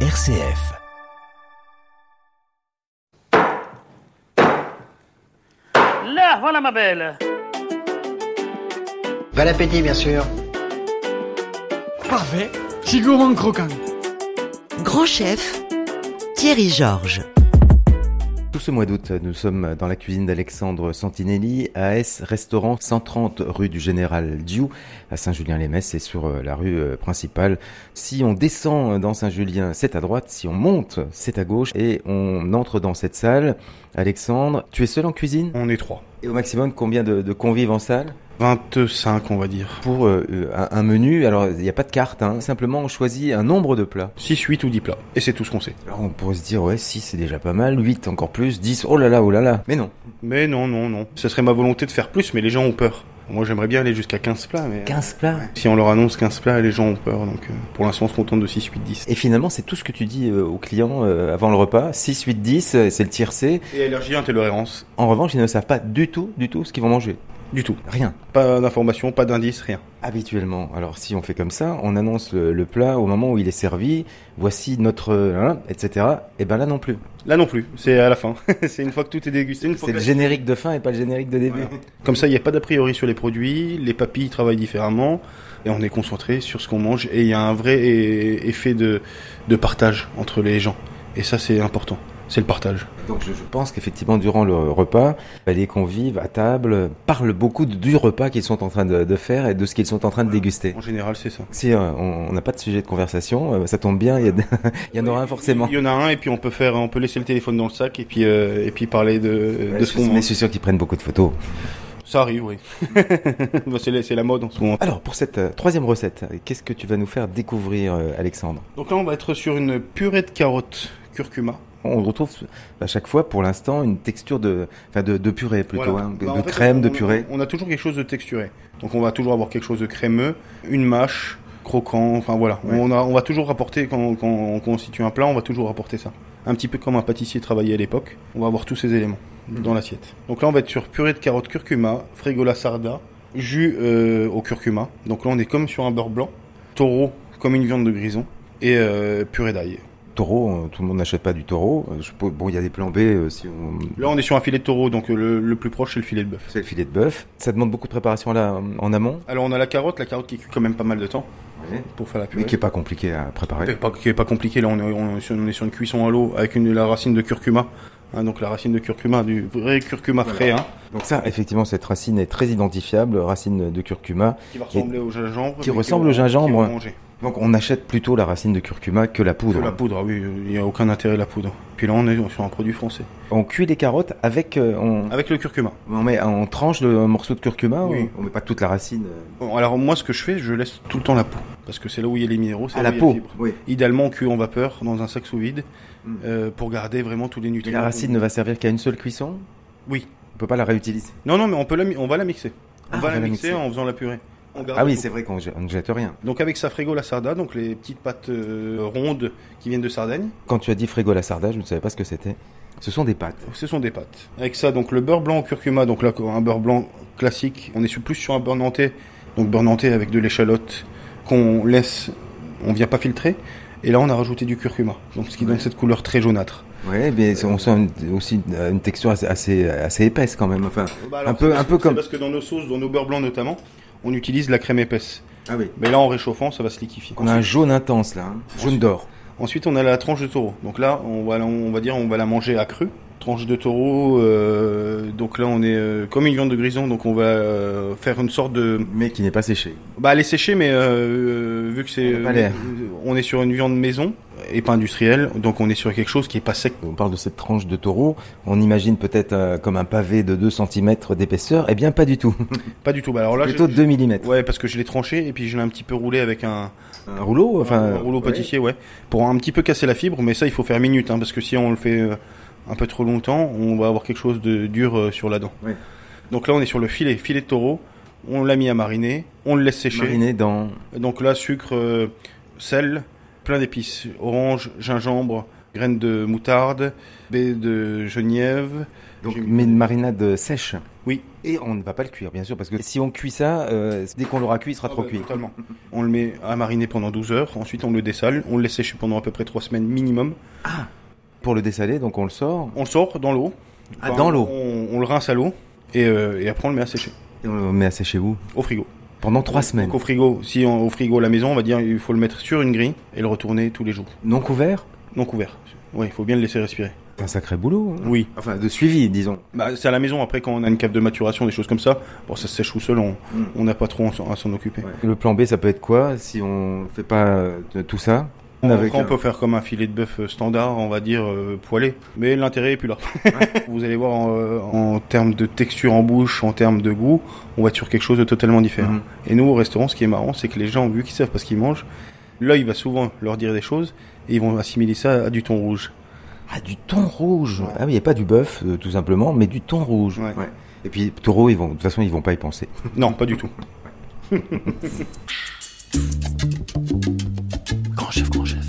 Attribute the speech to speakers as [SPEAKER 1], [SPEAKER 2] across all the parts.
[SPEAKER 1] RCF.
[SPEAKER 2] Là, voilà ma belle.
[SPEAKER 3] Bon appétit, bien sûr.
[SPEAKER 4] Parfait, c'est gourmand croquant.
[SPEAKER 5] Grand chef, Thierry Georges.
[SPEAKER 6] Tout ce mois d'août, nous sommes dans la cuisine d'Alexandre Santinelli à S Restaurant 130 rue du Général Diou à Saint-Julien-les-Messes et sur euh, la rue euh, principale. Si on descend dans Saint-Julien, c'est à droite, si on monte, c'est à gauche et on entre dans cette salle. Alexandre, tu es seul en cuisine
[SPEAKER 7] On est trois.
[SPEAKER 6] Et au maximum, combien de, de convives en salle
[SPEAKER 7] 25, on va dire.
[SPEAKER 6] Pour euh, un, un menu, alors il n'y a pas de carte, hein, simplement on choisit un nombre de plats.
[SPEAKER 7] 6, 8 ou 10 plats. Et c'est tout ce qu'on sait.
[SPEAKER 6] Alors on pourrait se dire, ouais, 6 c'est déjà pas mal, 8 encore plus, 10, oh là là, oh là là. Mais non,
[SPEAKER 7] Mais non, non, non. Ce serait ma volonté de faire plus, mais les gens ont peur. Moi, j'aimerais bien aller jusqu'à 15 plats, mais... euh,
[SPEAKER 6] 15 plats.
[SPEAKER 7] Si on leur annonce 15 plats, les gens ont peur. Donc, euh, pour l'instant, on se contente de 6, 8, 10.
[SPEAKER 6] Et finalement, c'est tout ce que tu dis euh, aux clients euh, avant le repas, 6, 8, 10, euh, c'est le tiercé.
[SPEAKER 7] Et allergie, intolérance.
[SPEAKER 6] En revanche, ils ne savent pas du tout, du tout ce qu'ils vont manger.
[SPEAKER 7] Du tout.
[SPEAKER 6] Rien.
[SPEAKER 7] Pas d'informations, pas d'indices, rien.
[SPEAKER 6] Habituellement, alors si on fait comme ça, on annonce le, le plat au moment où il est servi, voici notre... euh, hein, etc. Et ben là non plus.
[SPEAKER 7] Là non plus. C'est à la fin. c'est une fois que tout est dégusté, une fois
[SPEAKER 6] C'est
[SPEAKER 7] que...
[SPEAKER 6] le générique de fin et pas le générique de début.
[SPEAKER 7] Comme ça, il n'y a pas d'a priori sur les produits, les papilles travaillent différemment, et on est concentré sur ce qu'on mange, et il y a un vrai e- effet de, de partage entre les gens. Et ça, c'est important. C'est le partage.
[SPEAKER 6] Donc je, je pense qu'effectivement, durant le repas, bah, les convives à table euh, parlent beaucoup de- du repas qu'ils sont en train de, de faire et de ce qu'ils sont en train de déguster.
[SPEAKER 7] En général, c'est ça.
[SPEAKER 6] Si euh, on on n'a pas de sujet de conversation, euh, ça tombe bien, il y, a- il y en aura un forcément.
[SPEAKER 7] Il y en a un, et puis on peut faire, on peut laisser le téléphone dans le sac, et puis, euh, et puis parler
[SPEAKER 6] Euh,
[SPEAKER 7] de, de ce qu'on
[SPEAKER 6] Mais je
[SPEAKER 7] mange.
[SPEAKER 6] suis sûr qu'ils prennent beaucoup de photos.
[SPEAKER 7] Ça arrive, oui. Bah, c'est la- c'est la mode en ce moment.
[SPEAKER 6] Alors, pour cette euh, troisième recette, euh, qu'est-ce que tu vas nous faire découvrir, euh, Alexandre
[SPEAKER 7] Donc là, on va être sur une purée de carottes curcuma.
[SPEAKER 6] On retrouve à chaque fois, pour l'instant, une texture de, enfin de, de purée plutôt,
[SPEAKER 7] Voilà.
[SPEAKER 6] hein, de,
[SPEAKER 7] Bah, en
[SPEAKER 6] de
[SPEAKER 7] fait,
[SPEAKER 6] crème,
[SPEAKER 7] on-
[SPEAKER 6] de
[SPEAKER 7] on-
[SPEAKER 6] purée.
[SPEAKER 7] On a toujours quelque chose de texturé. Donc on va toujours avoir quelque chose de crémeux, une mâche, croquant, enfin voilà.
[SPEAKER 6] Ouais.
[SPEAKER 7] On, a- on va toujours rapporter, quand, quand on constitue un plat, on va toujours rapporter ça. Un petit peu comme un pâtissier travaillait à l'époque. On va avoir tous ces éléments
[SPEAKER 6] Mhm.
[SPEAKER 7] dans l'assiette. Donc là, on va être sur purée de carottes curcuma, frégola sarda, jus euh, au curcuma. Donc là, on est comme sur un beurre blanc, taureau comme une viande de grison, et euh, purée d'ail.
[SPEAKER 6] Taureau, euh, tout le monde n'achète pas du taureau. Euh, je suppose- bon, il y a des plans B euh, si on...
[SPEAKER 7] Là, on est sur un filet de taureau, donc euh, le, le plus proche, c'est le filet de bœuf.
[SPEAKER 6] C'est le filet de bœuf. Ça demande beaucoup de préparation là en amont,
[SPEAKER 7] Alors on a la carotte, la carotte qui cuit quand même pas mal de temps pour faire la purée.
[SPEAKER 6] mais qui est pas compliqué à préparer.
[SPEAKER 7] Qui est pas, qui est pas compliqué là, on est, on est sur, on est sur une cuisson à l'eau avec une, la racine de curcuma. Hein, donc la racine de curcuma, du vrai curcuma frais, hein,
[SPEAKER 6] Donc ça, effectivement, cette racine est très identifiable, racine de curcuma.
[SPEAKER 7] qui va ressembler au gingembre.
[SPEAKER 6] qui
[SPEAKER 7] mais
[SPEAKER 6] ressemble
[SPEAKER 7] est-
[SPEAKER 6] au gingembre.
[SPEAKER 7] qui est orangé.
[SPEAKER 6] Donc on achète plutôt la racine de curcuma que la
[SPEAKER 7] Que
[SPEAKER 6] poudre.
[SPEAKER 7] La poudre, ah oui, il n'y a aucun intérêt la poudre. Puis là on est sur un produit français.
[SPEAKER 6] On cuit les carottes avec, euh, on,
[SPEAKER 7] Avec le curcuma.
[SPEAKER 6] on met en tranche de- un morceau de curcuma.
[SPEAKER 7] Oui.
[SPEAKER 6] On, on met pas toute la racine. euh,
[SPEAKER 7] Bon, alors moi ce que je fais, je laisse tout le temps la peau. Parce que c'est là où il y a les minéraux, c'est
[SPEAKER 6] à
[SPEAKER 7] là
[SPEAKER 6] la
[SPEAKER 7] où il y a les
[SPEAKER 6] peau.
[SPEAKER 7] fibres.
[SPEAKER 6] Oui.
[SPEAKER 7] Idéalement on cuit en vapeur dans un sac sous vide
[SPEAKER 6] Mm.
[SPEAKER 7] euh, pour garder vraiment tous les
[SPEAKER 6] Mais
[SPEAKER 7] nutriments.
[SPEAKER 6] la racine ne va servir qu'à une seule cuisson.
[SPEAKER 7] Oui.
[SPEAKER 6] On peut pas la réutiliser.
[SPEAKER 7] Non, non, mais on, peut la, mi- on va la mixer. On
[SPEAKER 6] Ah,
[SPEAKER 7] va la mixer, en faisant la purée. On garde
[SPEAKER 6] Ah oui,
[SPEAKER 7] tout.
[SPEAKER 6] c'est vrai qu'on je- on ne jette rien.
[SPEAKER 7] Donc avec sa frigo la sarda, donc les petites pâtes euh, rondes qui viennent de Sardaigne,
[SPEAKER 6] Quand tu as dit frigo à la sarda, je ne savais pas ce que c'était. Ce sont des pâtes.
[SPEAKER 7] ce sont des pâtes. Avec ça, donc le beurre blanc au curcuma, donc là un beurre blanc classique, on est sur- plus sur un beurre nantais, donc beurre nantais avec de l'échalote qu'on laisse, on vient pas filtrer, et là on a rajouté du curcuma, donc ce qui donne cette couleur très jaunâtre.
[SPEAKER 6] Ouais, mais
[SPEAKER 7] euh,
[SPEAKER 6] c'est- on sent une- aussi une, euh, une texture assez, assez, assez épaisse quand même. Enfin, alors, Un peu- c'est parce- un peu c'est comme-
[SPEAKER 7] Bah, parce que dans nos sauces, dans nos beurres blancs notamment, on utilise de la crème épaisse.
[SPEAKER 6] ah oui.
[SPEAKER 7] Mais là en réchauffant, ça va se liquifier.
[SPEAKER 6] On a un jaune intense là, hein. jaune d'or.
[SPEAKER 7] Ensuite, on a la tranche de taureau. Donc là, on va, on va dire, on va la manger à cru. Tranche de taureau. euh, donc là, on est euh, comme une viande de grison. Donc on va euh, faire une sorte de,
[SPEAKER 6] Mais qui n'est pas séché.
[SPEAKER 7] bah, elle est séchée, mais euh, euh, vu que c'est,
[SPEAKER 6] On a pas l'air.
[SPEAKER 7] euh, on est sur une viande maison et pas industrielle. Donc on est sur quelque chose qui est pas sec.
[SPEAKER 6] On parle de cette tranche de taureau, on imagine peut-être euh, comme un pavé de 2 cm d'épaisseur. Eh bien, pas du tout.
[SPEAKER 7] Pas du tout. Bah, alors là,
[SPEAKER 6] Plutôt
[SPEAKER 7] je-
[SPEAKER 6] 2 mm.
[SPEAKER 7] ouais, parce que je l'ai tranché et puis je l'ai un petit peu roulé avec un,
[SPEAKER 6] Un rouleau, enfin.
[SPEAKER 7] Ah. un rouleau
[SPEAKER 6] ouais.
[SPEAKER 7] pâtissier, ouais, pour un petit peu casser la fibre. Mais ça, il faut faire minute, hein, parce que si on le fait euh, un peu trop longtemps, on va avoir quelque chose de dur euh, sur la dent.
[SPEAKER 6] Ouais.
[SPEAKER 7] Donc là, on est sur le filet, filet de taureau. On l'a mis à mariner, on le laisse sécher.
[SPEAKER 6] Mariné dans.
[SPEAKER 7] Donc là, sucre, euh, sel, plein d'épices, orange, gingembre, graines de moutarde, baies de geniève.
[SPEAKER 6] Donc,
[SPEAKER 7] J'ai-
[SPEAKER 6] mais une marinade euh, sèche.
[SPEAKER 7] Oui.
[SPEAKER 6] Et on ne va pas le cuire, bien sûr, parce que si on cuit ça, euh, dès qu'on l'aura cuit, il sera
[SPEAKER 7] Ah
[SPEAKER 6] trop
[SPEAKER 7] ouais,
[SPEAKER 6] cuit.
[SPEAKER 7] totalement. On le met à mariner pendant 12 heures, ensuite on le dessale, on le laisse sécher pendant à peu près 3 semaines minimum.
[SPEAKER 6] Pour le dessaler, donc on le sort,
[SPEAKER 7] On le sort dans l'eau.
[SPEAKER 6] Ah, dans l'eau.
[SPEAKER 7] on, on le rince à l'eau et, euh, et après on le met à sécher
[SPEAKER 6] et on le met à sécher où
[SPEAKER 7] au frigo.
[SPEAKER 6] Pendant trois semaines.
[SPEAKER 7] Donc au frigo, si on, au frigo à la maison, on va dire il faut le mettre sur une grille et le retourner tous les jours.
[SPEAKER 6] Non couvert
[SPEAKER 7] Non couvert. Oui, il faut bien le laisser respirer.
[SPEAKER 6] C'est un sacré boulot. hein.
[SPEAKER 7] Oui.
[SPEAKER 6] Enfin, de suivi, disons.
[SPEAKER 7] Bah, c'est à la maison après quand on a une cave de maturation, des choses comme ça. Bon, ça se sèche tout seul, on
[SPEAKER 6] Mm.
[SPEAKER 7] on n'a pas trop à s'en- à s'en occuper.
[SPEAKER 6] Le plan B, ça peut être quoi si on fait pas euh, de- tout ça
[SPEAKER 7] On,
[SPEAKER 6] Avec
[SPEAKER 7] après, on
[SPEAKER 6] un-
[SPEAKER 7] peut faire comme un filet de bœuf euh, standard, on va dire euh, poêlé. Mais l'intérêt est plus là. Vous allez voir en, euh, en termes de texture en bouche, en termes de goût, on va être sur quelque chose de totalement différent.
[SPEAKER 6] Mhm.
[SPEAKER 7] Et nous, au restaurant, ce qui est marrant, c'est que les gens, vu qu'ils savent parce qu'ils mangent, l'œil va souvent leur dire des choses et ils vont assimiler ça à du thon rouge.
[SPEAKER 6] Ah, du thon rouge Ah oui, il n'y a pas du bœuf, euh, tout simplement, mais du thon rouge.
[SPEAKER 7] Ouais.
[SPEAKER 6] Et puis, taureau, ils vont, de toute façon, ils vont pas y penser.
[SPEAKER 7] Non, pas du tout.
[SPEAKER 4] Grand chef, grand chef.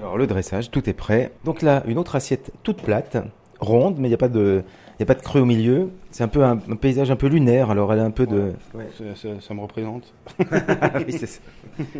[SPEAKER 6] Alors, le dressage, tout est prêt. Donc là, une autre assiette toute plate, ronde, mais il n'y a pas de... Il n'y a pas de creux au milieu, c'est un peu un, un paysage un peu lunaire, alors elle a un peu de...
[SPEAKER 7] Ça, ça- ça me représente.
[SPEAKER 6] Ah oui, c'est ça.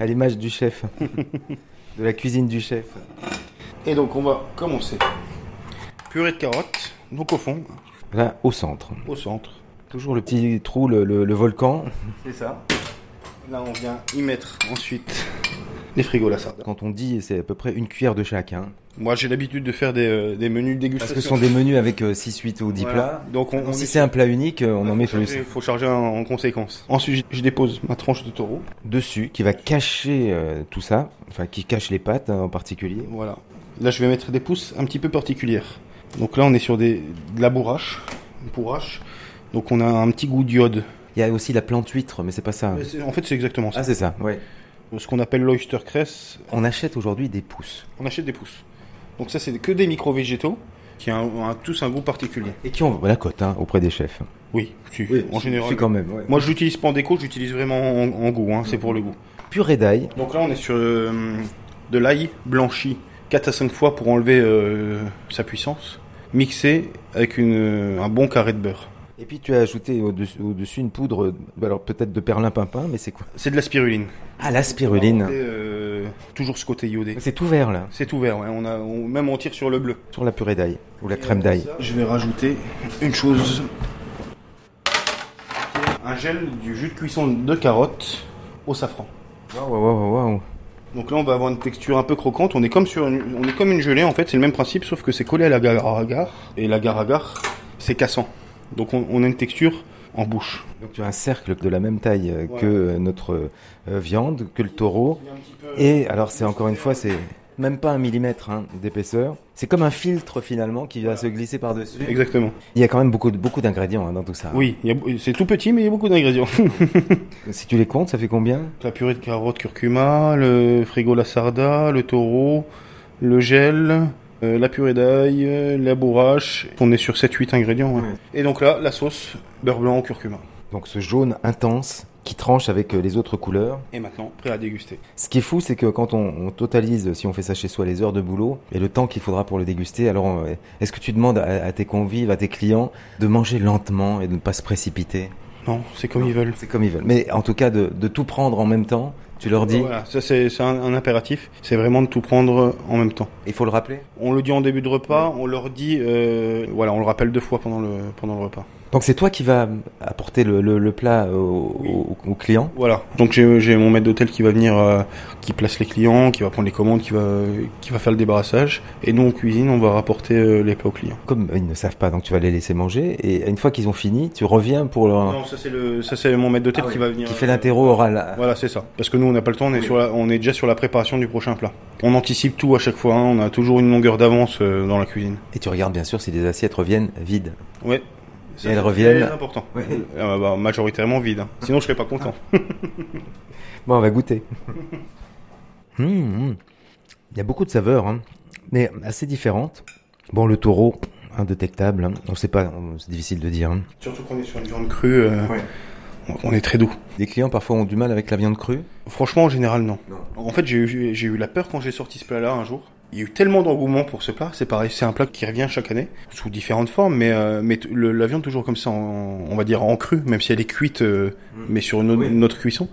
[SPEAKER 6] À l'image du chef, de la cuisine du chef.
[SPEAKER 7] Et donc, on va commencer. Purée de carottes, donc au fond,
[SPEAKER 6] Là, au centre.
[SPEAKER 7] au centre.
[SPEAKER 6] Toujours le petit trou, le, le- le volcan.
[SPEAKER 7] C'est ça. Là, on vient y mettre ensuite les frigos la sarde.
[SPEAKER 6] Quand on dit, c'est à peu près une cuillère de chaque. hein.
[SPEAKER 7] Moi, j'ai l'habitude de faire des, euh, des menus
[SPEAKER 6] Parce
[SPEAKER 7] dégustation.
[SPEAKER 6] que ce sont des menus avec 6, 8 ou 10
[SPEAKER 7] Voilà.
[SPEAKER 6] plats.
[SPEAKER 7] Donc, on, on
[SPEAKER 6] Donc, si
[SPEAKER 7] est-
[SPEAKER 6] c'est un plat unique, euh, on en met
[SPEAKER 7] faut
[SPEAKER 6] plus
[SPEAKER 7] charger- faut charger en, en conséquence. Ensuite, je je dépose ma tranche de taureau.
[SPEAKER 6] dessus qui va cacher euh, tout ça, enfin qui cache les pâtes hein, en particulier.
[SPEAKER 7] Voilà. Là, je vais mettre des pousses un petit peu particulières. Donc là, on est sur des, de la bourrache. Une bourrache. Donc, on a un petit goût d'iode.
[SPEAKER 6] Il y a aussi la plante huître, mais c'est pas ça. hein.
[SPEAKER 7] Mais c'est- En fait, c'est exactement ça.
[SPEAKER 6] Ah, c'est ça, ouais. Ah.
[SPEAKER 7] Ce qu'on appelle l'oyster cress,
[SPEAKER 6] On achète aujourd'hui des pousses
[SPEAKER 7] on achète des pousses. Donc ça, c'est que des micro-végétaux qui ont un- tous un goût particulier.
[SPEAKER 6] et qui ont la cote hein, auprès des chefs.
[SPEAKER 7] Oui, si, en général.
[SPEAKER 6] C'est Mm. quand même. ouais.
[SPEAKER 7] Moi, je l'utilise pas en déco, j'utilise vraiment en, en goût, hein, c'est pour le goût.
[SPEAKER 6] Purée d'ail,
[SPEAKER 7] Donc là, on est sur euh, de l'ail blanchi 4 à 5 fois pour enlever euh, sa puissance, mixé avec une, un bon carré de beurre.
[SPEAKER 6] et puis tu as ajouté au-dessus au-dessus une poudre, euh, alors peut-être de perlimpinpin, mais c'est quoi
[SPEAKER 7] C'est de la spiruline.
[SPEAKER 6] Ah, la spiruline.
[SPEAKER 7] Et, euh, toujours ce côté iodé.
[SPEAKER 6] C'est tout vert là,
[SPEAKER 7] C'est ouvert, ouais, on a, on- même on tire sur le bleu.
[SPEAKER 6] sur la purée d'ail ou la crème d'ail.
[SPEAKER 7] Je vais rajouter une chose. Un gel du jus de cuisson de carotte au safran.
[SPEAKER 6] Waouh, waouh, waouh, waouh.
[SPEAKER 7] Donc là, on va avoir une texture un peu croquante. On est comme sur une, on est comme une gelée en fait. C'est le même principe, sauf que c'est collé à l'agar-agar et l'agar-agar, c'est cassant. Donc on, on a une texture en bouche.
[SPEAKER 6] Donc tu as un cercle de la même taille euh,
[SPEAKER 7] Voilà.
[SPEAKER 6] que euh, notre euh, viande, que le taureau. Et alors c'est encore une fois, c'est même pas un millimètre hein, d'épaisseur. C'est comme un filtre finalement qui va se glisser par-dessus.
[SPEAKER 7] Exactement.
[SPEAKER 6] Il y a quand même beaucoup, de- beaucoup d'ingrédients hein, dans tout ça.
[SPEAKER 7] Oui, il y a- c'est tout petit, mais il y a beaucoup d'ingrédients.
[SPEAKER 6] Si tu les comptes, ça fait combien
[SPEAKER 7] la purée de carottes curcuma, le frigo la sarda, le taureau, le gel, euh, la purée d'ail, euh, la bourrache. On est sur 7-8 ingrédients. ouais.
[SPEAKER 6] Ouais.
[SPEAKER 7] Et donc là, la sauce beurre blanc au curcuma.
[SPEAKER 6] Donc ce jaune intense qui tranche avec euh, les autres couleurs.
[SPEAKER 7] Et maintenant, prêt à déguster.
[SPEAKER 6] Ce qui est fou, c'est que quand on, on totalise, si on fait ça chez soi, les heures de boulot et le temps qu'il faudra pour le déguster, alors on- est-ce que tu demandes à, à tes convives, à tes clients, de manger lentement et de ne pas se précipiter
[SPEAKER 7] Non, c'est comme ils veulent.
[SPEAKER 6] C'est comme ils veulent. Mais en tout cas, de, de tout prendre en même temps, tu leur dis,
[SPEAKER 7] Voilà, ça c'est c'est un, un impératif, c'est vraiment de tout prendre en même temps.
[SPEAKER 6] il faut le rappeler.
[SPEAKER 7] On le dit en début de repas, on leur dit, euh, voilà, on le rappelle deux fois pendant le, pendant le repas.
[SPEAKER 6] Donc c'est toi qui vas apporter le, le- le plat au,
[SPEAKER 7] Oui.
[SPEAKER 6] au- au client.
[SPEAKER 7] Voilà, donc j'ai j'ai mon maître d'hôtel qui va venir, euh, qui place les clients, qui va prendre les commandes, qui va, qui va faire le débarrassage, et nous en cuisine, on va rapporter euh, les plats aux clients.
[SPEAKER 6] Comme ils ne savent pas, donc tu vas les laisser manger. Et une fois qu'ils ont fini, tu reviens pour leur...
[SPEAKER 7] Non, ça c'est le, ça c'est mon maître d'hôtel
[SPEAKER 6] Ah oui,
[SPEAKER 7] qui va venir. euh,
[SPEAKER 6] qui fait l'interro oral.
[SPEAKER 7] Voilà, c'est ça. Parce que nous, on n'a pas le temps, on est, sur la- on est déjà sur la préparation du prochain plat. On anticipe tout à chaque fois, hein, on a toujours une longueur d'avance euh, dans la cuisine.
[SPEAKER 6] Et tu regardes bien sûr si les assiettes reviennent vides.
[SPEAKER 7] Ouais. Ça,
[SPEAKER 6] elles
[SPEAKER 7] c'est
[SPEAKER 6] reviennent.
[SPEAKER 7] très important.
[SPEAKER 6] Ouais.
[SPEAKER 7] Euh, bah, majoritairement vide. hein. Sinon, je serais pas content.
[SPEAKER 6] Ah. Bon, on va goûter. Mmh, mmh. Il y a beaucoup de saveurs, hein, mais assez différentes. Bon, le taureau, indétectable. hein. On sait pas, on- c'est difficile de dire. hein.
[SPEAKER 7] Surtout qu'on est sur une viande crue. euh,
[SPEAKER 6] Ouais.
[SPEAKER 7] On est très doux.
[SPEAKER 6] Les clients parfois ont du mal avec la viande crue.
[SPEAKER 7] Franchement, en général, non.
[SPEAKER 6] Non.
[SPEAKER 7] En fait, j'ai eu, j'ai eu la peur quand j'ai sorti ce plat-là un jour. Il y a eu tellement d'engouement pour ce plat. C'est pareil, c'est un plat qui revient chaque année sous différentes formes, mais euh, mais t- le- la viande toujours comme ça, en- on va dire en cru, même si elle est cuite, euh,
[SPEAKER 6] Mm.
[SPEAKER 7] mais sur une autre, une autre cuisson.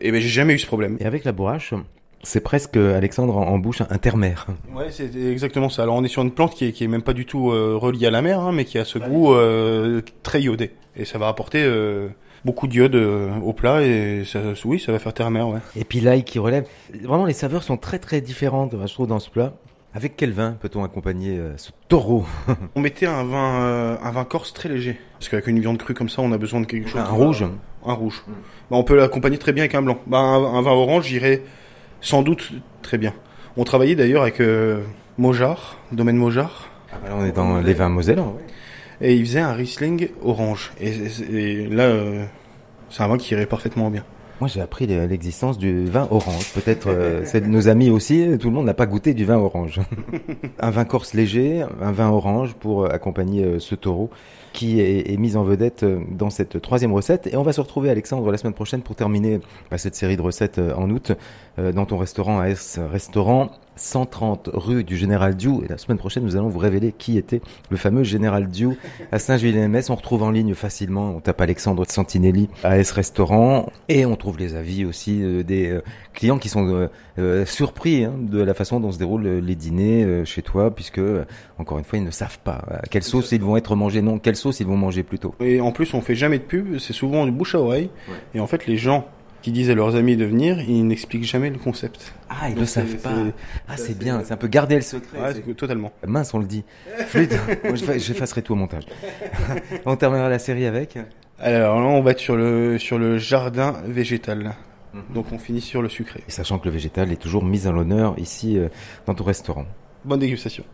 [SPEAKER 7] Et ben j'ai jamais eu ce problème.
[SPEAKER 6] Et avec la bourrache, c'est presque euh, Alexandre en, en bouche intermère.
[SPEAKER 7] Ouais, c'est exactement ça. Alors on est sur une plante qui est, qui est même pas du tout euh, reliée à la mer, hein, mais qui a ce goût euh, très iodé. Et ça va apporter euh, beaucoup d'iode euh, au plat et ça, oui, ça va faire terre mer, ouais.
[SPEAKER 6] Et puis l'ail qui relève. Vraiment, les saveurs sont très très différentes, je trouve, dans ce plat. Avec quel vin peut-on accompagner euh, ce taureau
[SPEAKER 7] On mettait un vin, euh, un vin corse très léger. Parce qu'avec une viande crue comme ça, on a besoin de quelque chose.
[SPEAKER 6] Un rouge
[SPEAKER 7] Un rouge. Bah, on peut l'accompagner très bien avec un blanc. Bah, un, un vin orange irait sans doute très bien. On travaillait d'ailleurs avec euh, Mojar, domaine Mojar,
[SPEAKER 6] Ah bah là, on est dans les vins mosellans. ouais.
[SPEAKER 7] et il faisait un Riesling orange. Et, et- et là, euh, c'est un vin qui irait parfaitement bien.
[SPEAKER 6] Moi, j'ai appris le- l'existence du vin orange. Peut-être euh, c'est de nos amis aussi. Tout le monde n'a pas goûté du vin orange. un vin corse léger, un vin orange pour euh, accompagner euh, ce taureau qui est, est mis en vedette euh, dans cette troisième recette. Et on va se retrouver, Alexandre, la semaine prochaine pour terminer bah, cette série de recettes euh, en août euh, dans ton restaurant AS Restaurant. 130 rue du Général Diou. Et la semaine prochaine, nous allons vous révéler qui était le fameux Général Diou à Saint-Gilles-les-Messes. On retrouve en ligne facilement. On tape Alexandre Santinelli à S Restaurant et on trouve les avis aussi euh, des euh, clients qui sont euh, euh, surpris hein, de la façon dont se déroulent euh, les dîners euh, chez toi puisque, euh, encore une fois, ils ne savent pas à quelle sauce ils vont être mangés. Non, quelle sauce ils vont manger plutôt.
[SPEAKER 7] Et en plus, on fait jamais de pub, c'est souvent du bouche à oreille. Et en fait, les gens qui disent à leurs amis de venir, ils n'expliquent jamais le concept.
[SPEAKER 6] Ah, ils ne
[SPEAKER 7] Donc,
[SPEAKER 6] savent
[SPEAKER 7] c'est-
[SPEAKER 6] pas.
[SPEAKER 7] c'est-
[SPEAKER 6] Ah, c'est bien. C'est un peu garder le secret.
[SPEAKER 7] Ouais,
[SPEAKER 6] c'est-
[SPEAKER 7] c'est- totalement.
[SPEAKER 6] Mince, on le dit. Flûte. Moi, je fa- J'effacerai tout au montage. on terminera la série avec.
[SPEAKER 7] Alors là, on va être sur le, sur le jardin végétal. Donc on finit sur le sucré.
[SPEAKER 6] Et sachant que le végétal est toujours mis à l'honneur ici euh, dans ton restaurant.
[SPEAKER 7] Bonne dégustation.